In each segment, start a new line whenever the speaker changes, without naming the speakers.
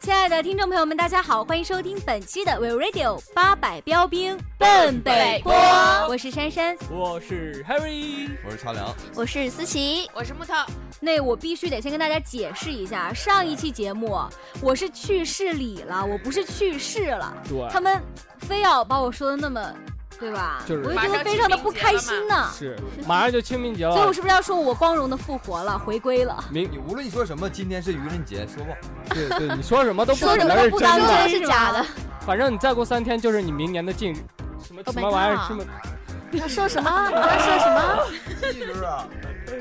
亲爱的听众朋友们，大家好，欢迎收听本期的 We Radio 八百标兵奔北坡，我是珊珊，
我是 Harry，
我是茶凉，
我是思琪。
我是木头，
那我必须得先跟大家解释一下，上一期节目我是去市里了，我不是去世了，
对，
他们非要把我说的那么，对吧？
就是
我就觉得非常的不开心呢。
是马上就清明节
所以
了
我，是不是要说我光荣的复活
哦
了，回归了？
明
你无论你说什么，今天是愚人节，说不好。
对对，你说什么都不
说什么
可能
都
是
不
真
当
的，
真是假的，
反正你再过三天就是你明年的忌日，什么
Oh
什
my
么玩意儿，
God
什么
哦要说什么？ 要说什么？
忌日啊，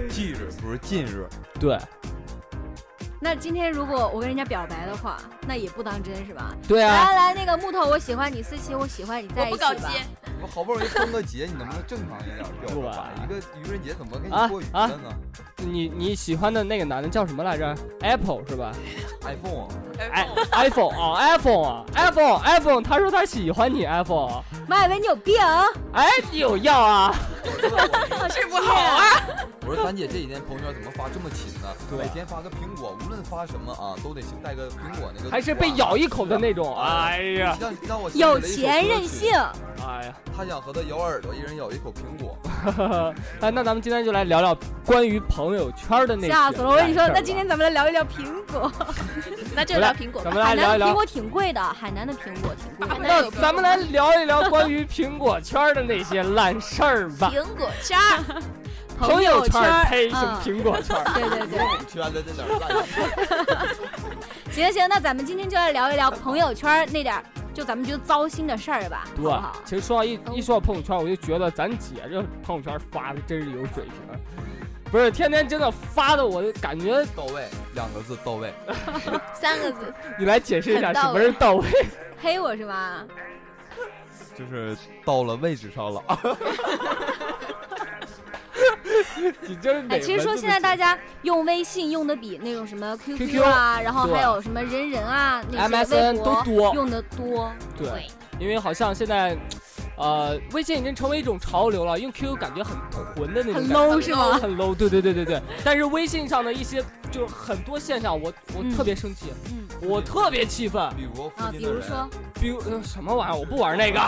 忌日不是近日，
对
那今天如果我跟人家表白的话，那也不当真是吧？
对啊，
来来，那个木头，我喜欢你，思琪，我喜欢你，
我
在一
不
起
搞
吧。
基，
你们好不容易过个节，你能不能正常一点表
对
白？一个愚人节怎么给
啊
你过雨了呢
你你喜欢的那个男的叫什么来着？Apple 是吧？
？iPhone 啊
哎
哎，
，iPhone 啊，iPhone 啊，iPhone，iPhone，他说他喜欢你，iPhone，哦
妈以为你有病，
哎，你有药啊？
这不好啊！
我说咱姐这几天朋友圈怎么发这么勤呢？
对
每天发个苹果，无论发什么啊，都得带个苹果那个。
还是被咬一口的那种？哎呀，
让让我想起了
有
一首
钱
歌
任
曲
性。。
哎呀，
他想和他咬耳朵，一人咬一口苹果。
哎，那咱们今天就来聊聊关于朋友圈的那哎
吓死了！我跟你说，
点事儿
那今天咱们来聊一聊苹果。
那就聊苹果
咱
吧。
们来
海
聊
南
一
的苹
聊，
果挺贵的，海南的苹果挺贵
八
的。
百
那咱们来聊一聊关于苹果圈的那些烂事儿吧。
苹果圈，
朋友圈
儿
儿呸，什么
嗯，
苹果圈儿？
对对对。
你圈的这点儿烂事儿，
行行，那咱们今天就来聊一聊朋友圈儿那点儿，就咱们觉得糟心的事儿吧， 好不
对
好，？
其实说到一一说到朋友圈，我就觉得咱姐这朋友圈发的真是有水平，不是天天真的发的，我就感觉
到位，两个字到位。
三个字，
你来解释一下
很到
什么是到位。
黑我是吧？
就是到了位置上了。
你这是哪
哎，
门子
其
的
实说
姐
现在大家用微信用的比那种什么 QQ 啊，然后还有什么人人啊、那些
MSN
微
都
博
多
用的多。
对，因为好像现在，呃，微信已经成为一种潮流了，用 QQ 感觉很混的那种感
很
觉
low 是吗？
很 low，对对对对对。但是微信上的一些就是很多现象，我我
嗯
特别生气，
嗯
我特别气愤。
比如
啊
附，近
比
的
如
人，
说
比如、呃什么玩意儿，我不玩那个，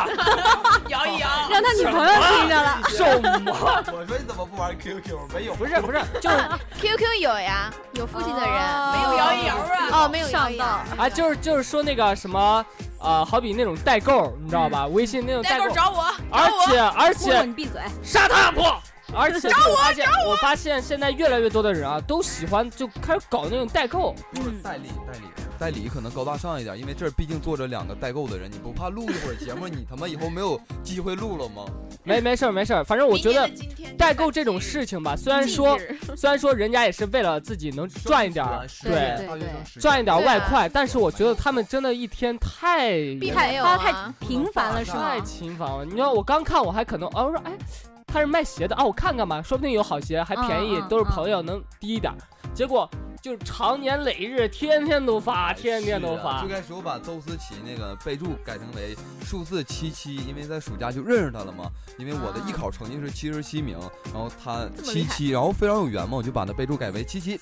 摇一摇。
让他女朋友
啊
听着了，
什么？
我说你怎么不玩 QQ？没有，
不是不是，就是啊、
QQ 有呀，有附近的人，
哦
没有
摇一摇啊
哦，没有摇
上
一
道
摇，。
就是就是说那个什么，啊，好比那种代购，你知道吧？微信那种
待
代
会
购
儿，找我，
而
找我
且而
木头
且
你闭嘴。
杀他婆。而且我发现，我发现现在越来越多的人啊，都喜欢就开始搞那种代购，
嗯，
代理代理代理可能高大上一点，因为这儿毕竟坐着两个代购的人，你不怕录一会儿节目，你他妈以后没有机会录了吗？
没没事儿没事儿，反正我觉得
明天的今天
代购这种事情吧，虽然说虽然说人家也是为了自己能赚一点儿，
生存
对
对，
啊大学生时间
赚一点儿
对啊
外快，但是我觉得他们真的一天太
必
太
没有
发
啊
太频繁了是吗
太？勤烦了。你知道我刚看我还可能啊，我说哎，他是卖鞋的啊，我看看吧，说不定有好鞋还便宜
嗯嗯，
都是朋友能低一点儿。结果就常年累日，天天都发，天天都
是啊
发
就。开始我把邹思琪那个备注改成为数字七七，因为在暑假就认识他了嘛。因为我的艺考成绩是七十七名，然后他
这么厉
七
害
七，然后非常有缘嘛，我就把他备注改为七七。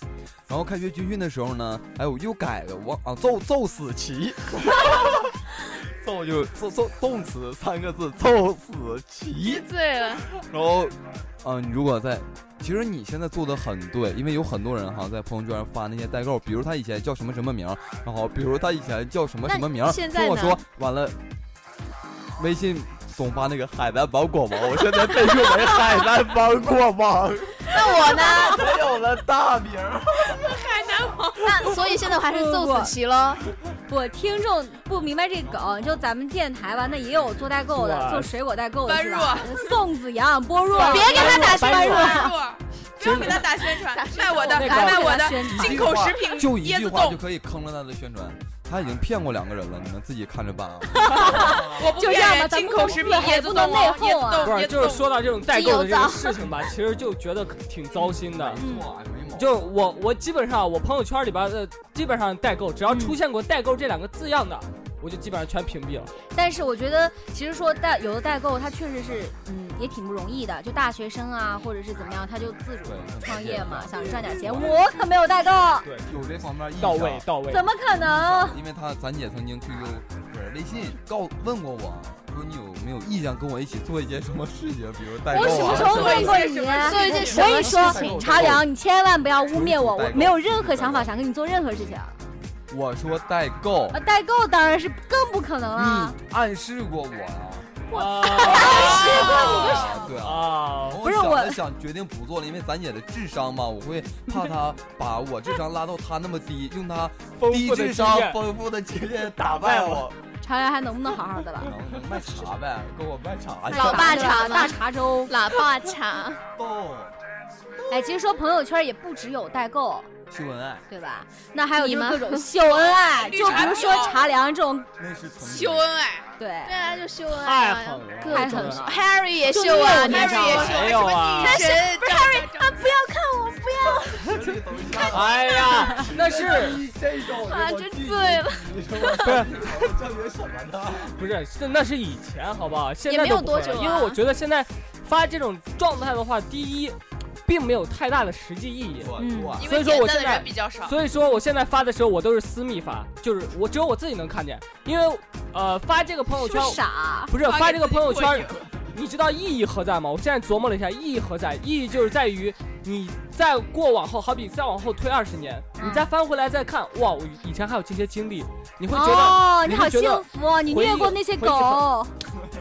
然后开学军训的时候呢，哎，我又改了，我啊揍揍死琪。 揍就揍揍动词三个字，揍死琪。
醉了，
然后，嗯、你如果在，其实你现在做的很对，因为有很多人哈在朋友圈发那些代购，比如他以前叫什么什么名儿，然后比如他以前叫什么什么名儿，
现
跟
在
我
呢？
说完了，微信总发那个海南芒果王，我现在备注为海南芒果 王，
那我呢？
没有了大名儿。
那所以现在我还是揍死棋喽。
我听众不明白这梗，就咱们电台吧，那也有做代购的，
对
做水果代购的
般
是
若
吧？宋子阳、般若，
别给他打
般
宣
若
传，
若，不要给他打宣传，卖我的，
那个
卖我
给他
的
宣传
进口食品
就一
椰
句
子
话就
冻，
可以坑了他的宣传，他已经骗过两个人了，你们自己看着办啊。
我不
就这样吧
骗人，
咱
进
不
口食品
能
椰
不
子冻
能内
哦，
讧
椰
啊
子
不
冻，
是，
椰子
就是
冻。
说到这种代购的
机
这
油
个
皂
事情吧，其实就觉得挺糟心的。
嗯
哇没毛病
就是我，我基本上我朋友圈里边的，基本上代购，只要
嗯
出现过代购这两个字样的，我就基本上全屏蔽了。
但是我觉得，其实说代有的代购，它确实是，嗯，也挺不容易的。就大学生啊，或者是怎么样，他就自主
对
创业 嘛，想赚点钱。我可没有代购，
有这方面意识
到位，到位。
怎么可能？
啊因为他咱姐曾经 QQ 不是微信告问过我，说你有没有意向跟我一起做一件什么事情，比如代购
我
啊。
什么时候
做
问
一
过
些
你
什？么
做一件什
我跟
么
你
事
说
情？
茶凉，你千万不要污蔑我，
代购
我没有任何想法想跟你做任何事情。
我说代购，
啊，代购当然是更不可能啊了。
你暗示过我呀、
啊？
啊？对啊。
啊
然后
不是
想
我
了想决定不做了，因为咱姐的智商嘛，我会怕她把我智商拉到她那么低，用她
丰
低
富的
智
经
商
验。
丰富的经验打败 我，
茶凉还能不能好好的了？
然后能卖茶呗，跟我卖茶去。
老爸茶呢
大茶粥。
喇叭茶，
豆
哎，其实说朋友圈也不只有代购，
秀恩爱，
对吧？那还有
你
就是
吗
各种秀恩爱，
绿
就比
茶
如说
婊
茶凉这种，
那是曾经
秀恩爱，
对。
对啊，就秀恩
太
爱
狠
啊
了，
各
太
种
狠了
Harry 也
就
秀啊，
虐你
你
知
知
Harry
道
也秀，
吗
没
什
有
么
啊
女神，不是 Harry，
不要看我，不要
哎呀， 那是
这种
啊，真醉 了，
证明什么呢？
不是？是那是以前，好不好？现在
也没有
都不会了
多久啊
因为我觉得现在发这种状态的话，第一，并没有太大的实际意义。
嗯
我
因
所
为
以说
点
我
赞的
现在
人比较少。
所以说，我现在发的时候，我都是私密发，就是我只有我自己能看见，因为呃，发这个朋友
是不
圈
是傻？
不是发这个朋友
发给自己，
圈
过瘾
你知道意义何在吗？我现在琢磨了一下，意义何在？意义就是在于你再过往后，好比再往后推二十年，
嗯
你再翻回来再看，哇，我以前还有这些经历，你会觉得
哦，
你
你
会
好
觉
幸
得
福哦，你
回忆
虐过那些
回忆
狗，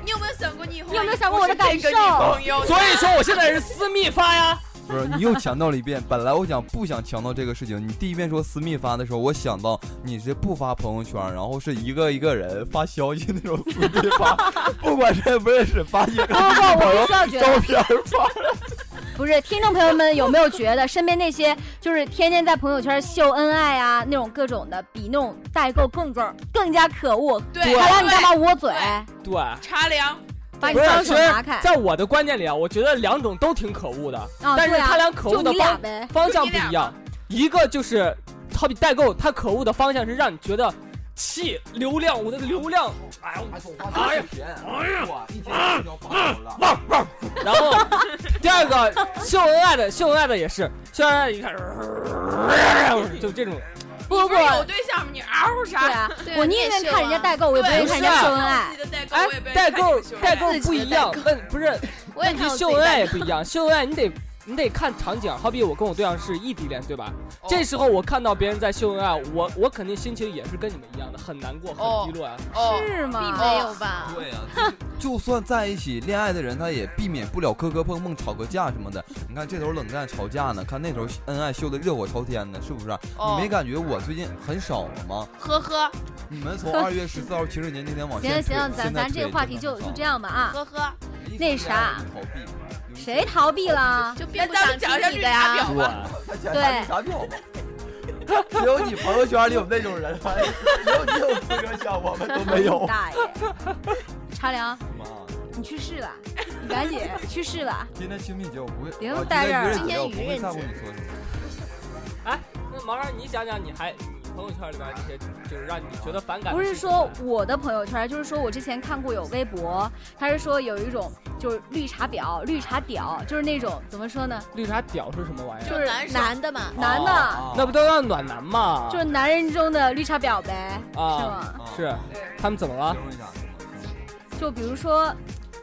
你有没有想过你以后？
你有没有想过我的感受
朋友的，
所以说我现在是私密发呀，
不是你又强调了一遍，本来我想不想强调这个事情，你第一遍说私密发的时候，我想到你是不发朋友圈，然后是一个一个人发消息那种私密发，不管认不认识发一个
不不不，哦我必须要觉
照
得，
片发，
不是听众朋友们有没有觉得身边那些就是天天在朋友圈秀恩爱啊那种各种的，比那种代购更更更加可恶。
对
还让你干嘛捂我嘴，
对
对。
茶凉，
把你
不是
双手
其实
拿开。
在我的观念里啊，我觉得两种都挺可恶的，
啊，
但是
对啊
他俩可
就
恶的
你俩
方
呗。
方向
就你
不
俩
一样
吧，
一个就是好比代购，它可恶的方向是让你觉得气流量，我的流量，哎呦，哎呀
哎呀，哇，一天就要发抖了。
然后第二个秀恩爱的，秀恩爱的也是，秀恩爱一看，就这种，
不不
不
不
是，有对象吗？你嗷
对
啥？
啊，
对
我
你
宁
也
愿
秀
看人家
啊
代购，我也不
对
愿意看人家
啊
是
秀恩爱。
自己的代购
哎
我也不，愿意
代
看你
购
们秀
代
恩
购
自己
不
的
一
代
样
购，
问不是
我也
问题
看我
秀恩爱也不一样，秀恩爱你得你得看场景，啊好比我跟我对象是异地恋，对吧？
哦
这时候我看到别人在秀恩爱，我我肯定心情也是跟你们一样的，很难过，
哦
很低落啊。
哦，
是
并
吗？
没有吧？
对呀、 就算在一起恋爱的人，他也避免不了磕磕碰碰、吵个架什么的。你看这头冷战吵架呢，看那头恩爱秀的热火朝天呢，是不是啊？
哦
你没感觉我最近很少了吗？
呵呵
你 们从二月十四号情人节那天往
行了行
现
了，咱咱这个话题就就这。样吧啊。
呵呵，
那
现在推真的很
啥
少一个人逃避？
谁逃避了？啊
就并
那
不
咱
想
们
听
讲一下
你
绿
的
茶
呀。
婊吧。
对
啥表吧？只有你朋友圈里有那种人，哎 只有你有资格讲，我们都 没有。
大爷，茶凉，你去世了，你赶紧去世了。
今天清明节我不会，
别
哦
待着
今天
我
愚
不会
人
在乎
节
你说什么。
哎，那毛儿，你想想，你还你朋友圈里边这些，就是让你觉得反感的
不是
事情
说我的朋友圈，就是说我之前看过有微博，他是说有一种就是绿茶婊、绿茶屌，就是那种怎么说呢，
绿茶婊是什么玩意
就
儿？啊
是男生
男的嘛，
男的，
哦
那不都让暖男吗？
就是男人中的绿茶婊呗，是
啊，
吗？
是他们怎么了？
形容一下，
就比如说，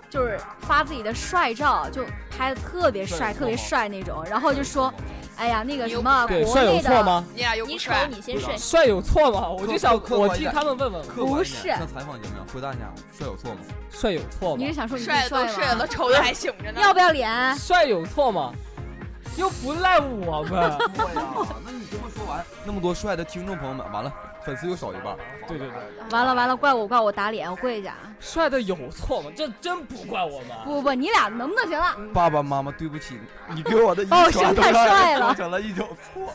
就是发自己的帅照，就拍的特别帅，
对
特别帅那种，然后就说，哎呀，那个
你
什
又
么
对，
国
帅有
内
错
的，哎
吗？
你俩又不
你丑
帅，
你先睡，
帅有错吗？我就想，
客客
我
观一
替
点
他们问问，
客观一
不
点
是
像采访一样，回答一下，帅 有错吗？
帅有错
你
吗
是？想说你自己
帅的都睡
帅吗
了，？丑的还醒着呢。
要不要脸？
帅有错吗？又不赖我 们。
对呀，啊那你这么说完，那么多帅的听众朋友们， 完了，粉丝又少一半。
对对对，
完了完了，怪我怪我打脸，我跪下。
帅的有错吗？这真不怪我们。
不不不，你俩能不能行了？
爸爸妈妈，对不起，你给我的遗
哦
传
生
都
太
让
帅
我
了
造成了一种 错。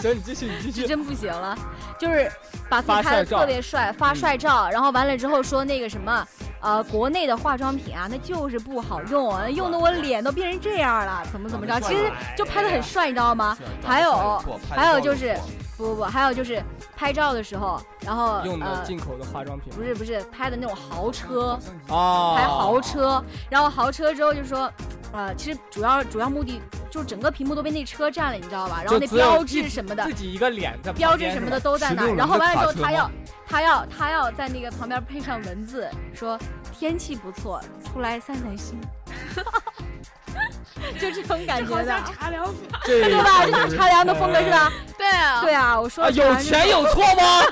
行，你继续， 你继
这
续。
真不行了，就是把自己
发
拍的
帅照嗯
特别帅，发帅照，然后完了之后说那个什么，呃，国内的化妆品啊，那就是不好用啊，
嗯
用的我脸都变成啊
哎
这样了，怎么怎么着，其实就拍的很帅，你知道吗？还有
错拍
还有
照
就
有
是
错
不不不，还有就是拍照的时候，然后
用的
呃，
进口的化妆品
不是不是拍的那种豪车，
啊，
还豪车，然后豪车之后就说，呃，其实主要主要目的就是整个屏幕都被那车占了，你知道吧？然后
就
那
只有
标
一
志什么的
自，己一个脸在旁
标志
边
什么
是
的
吧
都在那
16
儿，
人
然后完了之后
的卡车
他
吗
要他要他要在那个旁边配上文字，说天气不错，出来散散心， 就这种感觉
好
的
像，茶凉粉。
这
对吧？这就是茶凉的风格是吧？
对啊，
对啊，我说
啊，有
茶是
钱有错吗？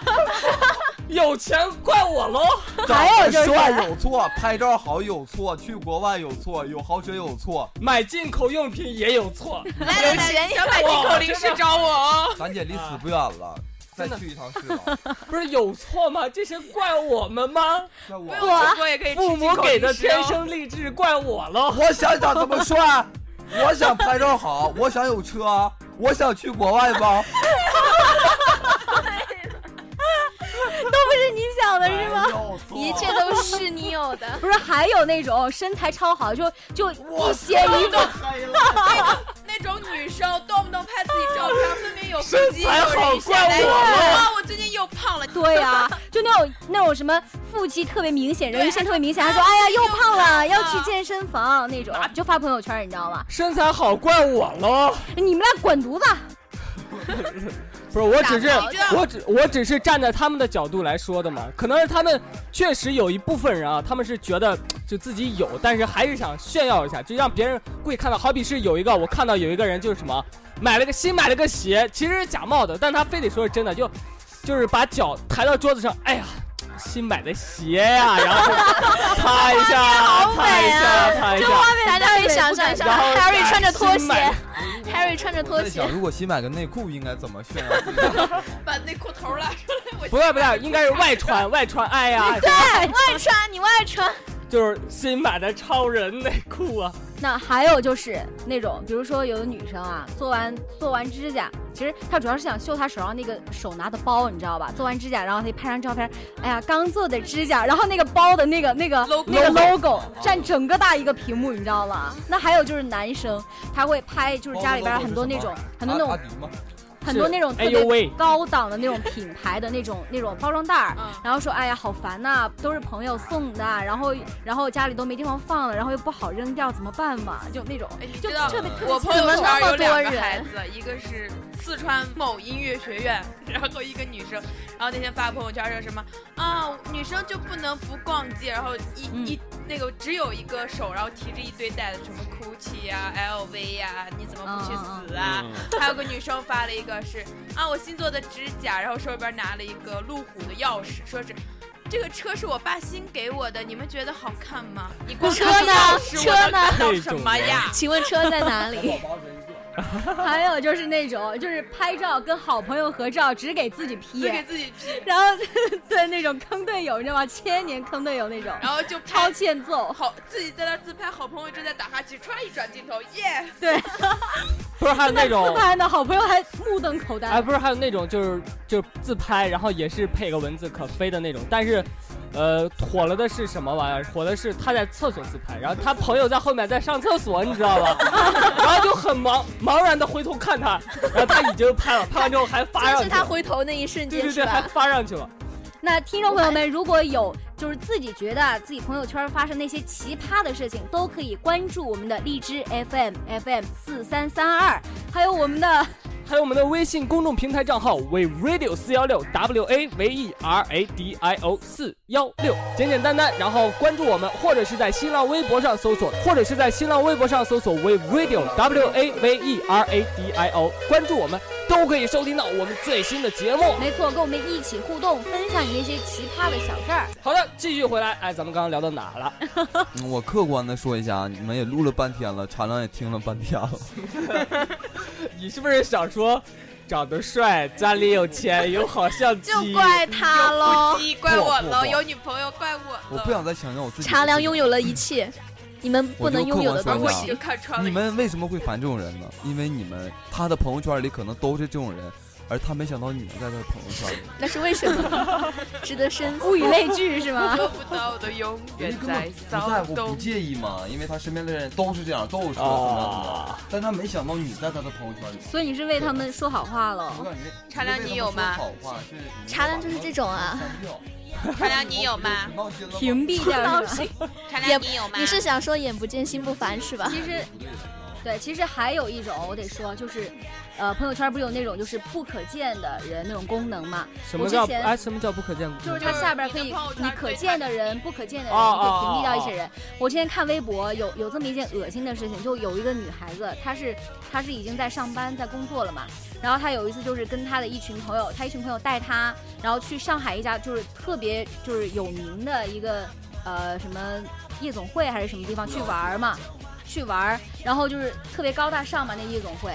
有钱怪我喽！
还有就是
帅有错，拍照好有错，去国外有错，有豪车有错。
买进口用品也有错，
来来来，
想买进口零食找我哦。
咱姐离死不远了，再
真的
去一趟世贸。
不是有错吗？这是怪我们吗？
那我
不用直播也可以吃
父
进
母
口
给的
零食
天
哦
生丽质怪我喽！
我想长这 么帅，我想拍照好，我想有车，啊我想去国外吧。
都 不是你想的是吗？
有哎错
一切都是你有的。
不是还有那种身材超好，就就一鞋一
都黑了。
那种女生动不动拍自己照片，分明有腹肌，
身材
有
好
人线
怪
来
我
哇，我最近又胖了。
对呀、就那种那种什么腹肌特别明显，人鱼线特别明显，还说哎呀又胖了，要去健身房那种，啊就发朋友圈，你知道吗？
身材好怪我喽！
你们俩滚犊子！
不是，我只是
长
你知道
我只我只是站在他们的角度来说的嘛，可能是他们确实有一部分人啊，他们是觉得就自己有，但是还是想炫耀一下，就让别人会看到。好比是有一个我看到有一个人就是什么，买了个新买了个鞋，其实是假冒的，但他非得说是真的，就就是把脚抬到桌子上，哎呀。新买的鞋 呀、然后擦一下，
啊
擦一下，擦一下，
大家可以想象一下
然后
，Harry 穿着拖
新
鞋
买
，Harry 穿着拖
在
鞋
想，，如果新买个内裤，应该怎么啊炫耀自己？
把内裤头拉出来，我
不是不是，应该是外穿外穿，哎呀，
外穿你外穿，
就是新买的超人内裤啊，
那还有就是那种，比如说有的女生啊，做完做完指甲，其实她主要是想秀她手上那个手拿的包，你知道吧？做完指甲，然后她拍张照片，哎呀，刚做的指甲，然后那个包的那个那个
Logo
那个 logo 占整个大一个屏幕，你知道吗？那还有就是男生，他会拍就是家里边
logo
很多那种
是
很多那种
阿 阿迪吗？
很多那种
哎
特
呦
别
喂，
高档的那种品牌的那种那种包装袋儿，
嗯
然后说哎呀好烦呐、都是朋友送的，然后然后家里都没地方放了，然后又不好扔掉，怎么办嘛？就那种
哎你
就
知道
特别
我朋
怎
友
么那
圈有
么多
两个孩
人？
子，一个是四川某音乐学院， 然后一个女生，然后那天发朋友圈说什么啊，女生就不能不逛街，然后一、
嗯
一那个只有一个手，然后提着一堆袋子，什么 GUCCI 啊呀、LV 呀、你怎么不去死
嗯
啊？还有个女生发了一个是啊，我新做的指甲，然后手里边拿了一个路虎的钥匙，说是。这个车是我爸新给我的，你们觉得好看吗？你光
车
看
呢
钥匙我
车
能
呢
看到
这
什
种
么
人
呀？
请问车在哪 里？
还有就是那种就是拍照跟好朋友合照，只给自己 P，
自给自己 P，
然后对那种坑队友你知道吗？千年坑队友那种，
然后就
超
拍
欠揍。
好自己在那自拍，好朋友正在打哈欠，突然一转镜头，耶！
对，
不是还有那
自
种，
拍啊呢，好朋友还目瞪口呆。
哎，不是还有那种，就是就是自拍，然后也是配个文字可飞的那种，但是，呃，火了的是什么玩意儿？火的是他在厕所自拍，然后他朋友在后面在上厕所，你知道吧？然后就很茫茫然的回头看他，然后他已经拍了，拍完之后还发
就
上
是
去
他
了，
回头那一瞬
哎对
间
对
是
对，还
吧？
发上去了。
那听众朋友们，如果有就是自己觉得自己朋友圈发生那些奇葩的事情，都可以关注我们的荔枝 FM FM 四三三二，还有我们的
还有我们的微信公众平台账号 we radio 四幺六 w a v e r a d i o 四幺六，简简单单，然后关注我们，或者是在新浪微博上搜索，或者是在新浪微博上搜索 we radio w a v e r a d i o，关注我们都可以收听到我们最新的节目。
没错，跟我们一起互动，分享你那些奇葩的小事儿。
好的，继续回来，哎，咱们刚刚聊到哪 了？
嗯我客观的说一下，你们也录了半天了，产量也听了半天 了。
你是不是想说，长得帅，家里有钱，有好相机？
就怪他
有腹
喽，
肌怪我
不不
喽，
不
有女朋友怪我
我
喽
不，想再想象我自己。
茶凉拥。有了一切，你们不能拥有的
而
东
我
我
已
西
经。看穿了
你们为什么会烦这种人呢？因为你们他的朋友圈里可能都是这种人，而他没想到你们在他的朋友圈里。
那是为什么？ 值得深思。
物以类聚是吗？
得不到的永远
人家根
在
本不在
骚
乎，不
动。
介意嘛，因为他身边的人都是这样，都是说怎么样怎么样。
啊，
但他没想到你在他的朋友圈里。
所以你是为他们说好话
我
了。
感觉
茶凉你有吗
好话是
茶凉就是这种啊。
茶凉你有 吗
你闹心了吗
屏蔽掉
闹
是吧
茶
也
凉你有吗？
你是想说眼不见心不烦是 吧？
其实，对，其实还有一种我得说，就是，呃，朋友圈不是有那种就是不可见的人那种功能嘛？
什么
我之
叫
前
哎？什么叫不可见？
就是
就
它
是
下边
你
可
的
以
朋友圈
你
可
可
以
见
看
的人、不可见的人，
哦
你可以屏
哦
蔽掉一些
哦
人。我之前看微博有有这么一件恶心的事情，就有一个女孩子，她是她是已经在上班在工作了嘛，然后她有一次就是跟她的一群朋友，她一群朋友带她，然后去上海一家就是特别就是有名的一个呃什么夜总会还是什么地方去玩儿嘛，去玩儿，然后就是特别高大上嘛那夜总会。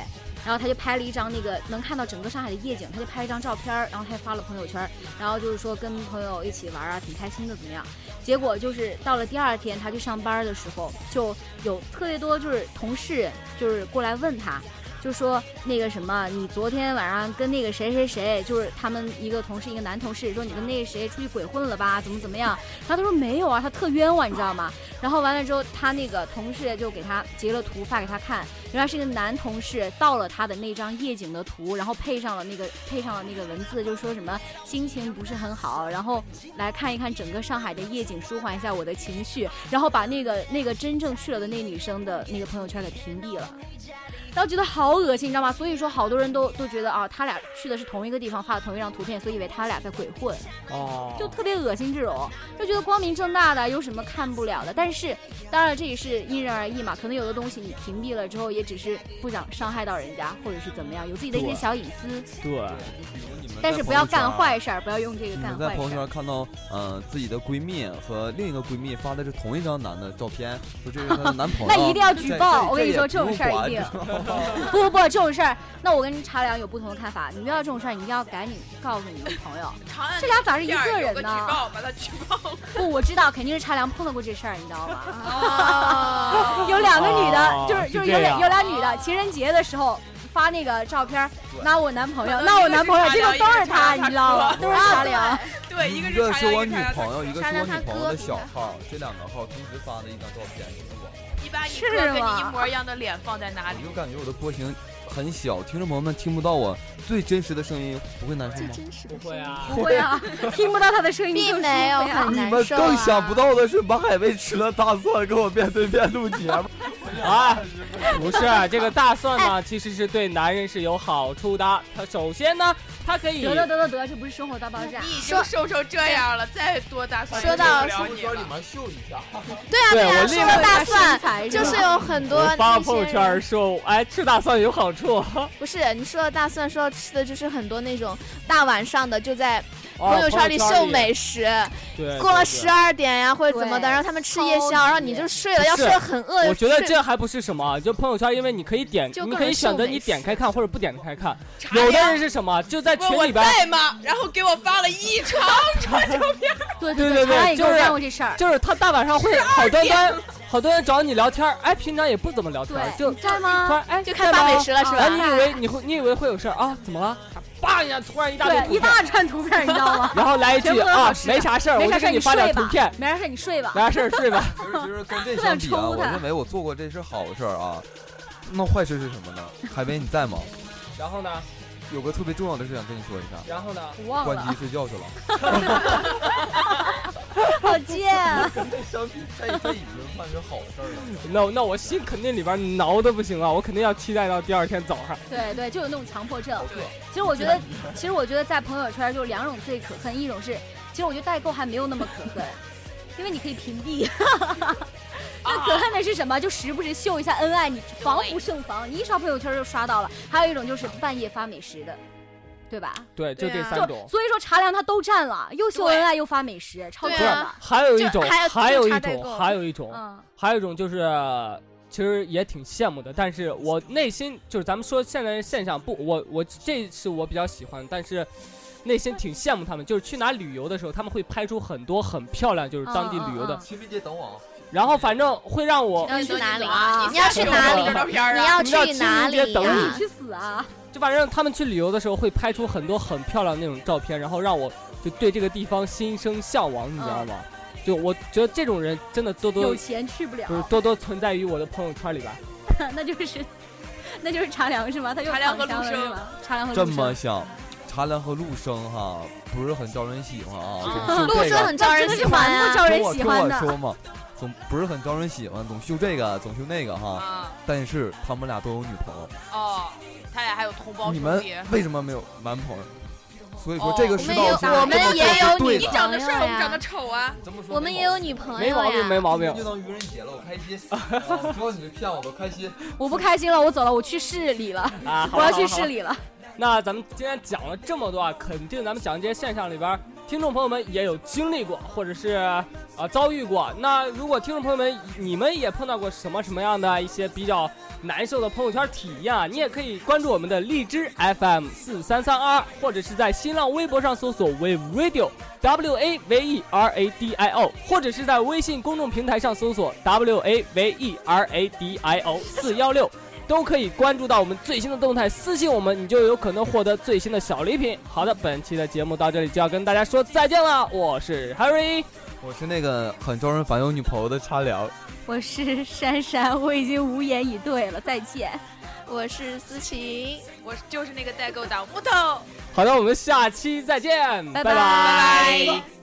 然后她就拍了一张那个能看到整个上海的夜景，她就拍了一张照片儿，然后她发了朋友圈儿，然后就是说跟朋友一起玩儿啊，挺开心的，怎么样？结果就是到了第二天，她去上班的时候，就有特别多就是同事就是过来问她，就说那个什么，你昨天晚上跟那个谁谁谁，就是他们一个同事一个男同事，说你跟那个谁出去鬼混了吧，怎么怎么样？然后她说没有啊，她特冤枉，你知道吗？然后完了之后，她那个同事就给她截了图发给她看，原来是一个男同事盗了她的那张夜景的图，然后配上了那个配上了那个文字，就说什么心情不是很好，然后来看一看整个上海的夜景，舒缓一下我的情绪，然后把那个那个真正去了的那女生的那个朋友圈给屏蔽了。然后觉得好恶心，你知道吗？所以说，好多人都都觉得啊，他俩去的是同一个地方，发了同一张图片，所以以为他俩在鬼混，
哦，
就特别恶心。这种就觉得光明正大的有什么看不了的？但是，当然这也是因人而异嘛。可能有的东西你屏蔽了之后，也只是不想伤害到人家，或者是怎么样，有自己的一些
对
小隐私。
对，
啊
但是不要干坏事儿，不要用这个
你
干
们在
坏
朋友
事儿。
圈看啊到，呃，自己的闺蜜和另一个闺蜜发的是同一张男的照片，说这是她的男朋友，
那一定要举
这
报
这
我跟你
也
说
不
这种事儿
管
一定
知道吗
不不不，这种事儿，那我跟茶凉有不同的看法。你遇到这种事儿，你一定要赶紧告诉你的朋友。
长按
这俩咋是一
第二
个
有
人
个举
呢？
报，把他举报了。
不，我知道，肯定是茶凉碰到过这事儿，你知道吗？
哦
有两个女的，
哦
就是就
是
是有
这
俩
样
有俩女的，情人节的时候发那个照片，拿我男朋友，
对
那我男朋友，
一
这
个
个
是
都
茶
是他，
一个是
你知道吗
茶？
都是茶
啊
凉。
对，一
一
个
个
是
是
茶
我
凉，一
女
个
朋友，一个
茶
是
凉
我
他
女朋友
哥
的
比
小
他
号，这两个号同时发的一张照片，就是我。
你把你
是
哥跟你一
吗
模一样的脸放在哪里
我？就感觉我的波形很小，听众朋友们听不到我最真实的声音，不会难 受
最
吗？
真实的
不
声
会
音。
啊，
不会啊， 听不到他的声音就
并
是
没有
不会啊
很
你
难
们
受啊
更想不到的是，马海威吃了大蒜，跟我面对面录节目。
啊，不是这个大蒜
哎
呢，其实是对男人是有好处的。它首先呢，它可以
得了得了得了，这不是生活大爆炸。
你已经瘦成这样了，再多大蒜
说到
也救不了你了。
面秀一下，
对啊
对
对
我
啊，
立
说
马
了大蒜
身。材
就是
吧
有很多
我发
那
朋友
些
圈
人，
说，哎，吃大蒜有好处。
不是你说的大蒜，说到吃的就是很多那种大晚上的就在
哦
朋友圈里秀，美食，
哎对，
过了
对
十。二点呀、或者怎么的，
对
然后他们吃夜宵，
超级
然后你就睡了，要
不
睡
是
得很饿。
对我觉得
睡
这还不是什么，就朋友圈，因为你可以点，
就
你
各
可以
种
选择
秀美
你点
食
开看或者不点开看。
茶
有的
凉
人是什么，就在群
问我
里边，
在吗？然后给我发了一张，
对
对对
对，
对
茶凉也跟
就
我
是
干过这事儿。
就是他大晚上会好端端，好多人找你聊天儿，哎，平常也不怎么聊天儿，
对，
就
你在
突
吗？
然哎
就看发美食了是
然
吧？
后啊你以为你会你以为会有事儿啊？怎么了？叭一下，突然一大堆
对，
图
一
片，
大串图片，你知道吗？
然后来一
全
句
部都
啊
好，吃的
没啥事儿，
没
我
啥
就
事儿，
给
你
发点
睡
图
吧
片，。
没啥事儿，你睡吧。
没啥事儿睡吧。
其实其实跟这相比啊，
想抽
我
他
认为我做过这是好事儿啊。那坏事是什么呢？海威，你在吗？
然后呢？
有个特别重要的事想跟你说一下。
然后呢？
我忘
关
了，
机睡觉去了。
好贱。啊
跟这相比，这这已经算是好事了。
那我那我心肯定里边挠的不行啊，我肯定要期待到第二天早上。
对对，就有那种强迫症。
对
其实我觉得，其实我觉得在朋友圈就两种最可恨，一种是，其实我觉得代购还没有那么可恨，因为你可以屏蔽。
啊
那
啊
可恨的是什么？就时不时秀一下恩爱，你防不胜防，你一刷朋友圈就刷到了。还有一种就是半夜发美食的，对吧？
对，就
对
这
啊
三
就
种。
所以说茶凉他都占了，又秀恩爱又发美食，超
对
赞
不是
的
啊。，
还有一
就
种
还有，
还有
就
一
差代购
种，还有一种，
嗯，
还有一种就是，其实也挺羡慕的，但是我内心就是咱们说现在线上不，我我这是我比较喜欢，但是内心挺羡慕他们，就是去哪旅游的时候，他们会拍出很多很漂亮，就是当地旅游的，
嗯嗯嗯嗯
秦明姐等我啊！
然后反正会让我。
要去哪里
啊？
你要去哪里
你照片
你
啊？
要
你要
去
清
哪
明节
里呀、
等
等你去死啊！
就反正他们去旅游的时候会拍出很多很漂亮的那种照片，然后让我就对这个地方心生向往，你知道吗？就我觉得这种人真的多多
嗯
嗯
有钱去不了啊
就，是多多存在于我的朋友圈里边。
那就是
那就是茶凉是吗？他就
茶凉和
躺枪
陆
了
生
是吗？茶凉和
这
陆
么
生
想，茶凉和陆生哈不是很招人喜欢啊，
啊
总
陆
秀这
生
个。
很招人
这个
喜欢
是蛮
呀、
不招人
听我
喜
听
欢啊
我
的
说嘛，总不是很招人喜欢，总秀这个，总秀那个哈。
啊
但是他们俩都有女朋友，
哦，他俩还有同胞
你
兄
们
弟。
为什么没有男朋友？所以说
哦
这个
我
世
们
道
有
是这么
我们也
做是
有
对
女
你
的
长得帅，
朋友
我
呀
们长得丑啊！
这么说
我们也有女朋
没
友
毛病，没
呀。
毛病
就。当愚人节了，我开 心。啊说你这骗我都开心。
我不开心了，我走了，我去市里了，
啊，
我要去
市
市
里。
里了。
那咱们今天讲了这么多啊，肯定咱们讲的这些现象里边儿，听众朋友们也有经历过，或者是啊、呃遭遇过。那如果听众朋友们你们也碰到过什么什么样的一些比较难受的朋友圈体验啊，你也可以关注我们的荔枝 FM 四三三二，或者是在新浪微博上搜索 Wave Radio W A V E R A D I O，或者是在微信公众平台上搜索 W A V E R A D I O 四幺六。都可以关注到我们最新的动态，私信我们，你就有可能获得最新的小礼品。好的，本期的节目到这里就要跟大家说再见了，我是 Harry，
我是那个很招人烦有女朋友的茶聊，
我是珊珊，我已经无言以对了，再见。
我是思琪。
我就是那个代购党木头，
好的，我们下期再见，
拜拜
拜
拜拜。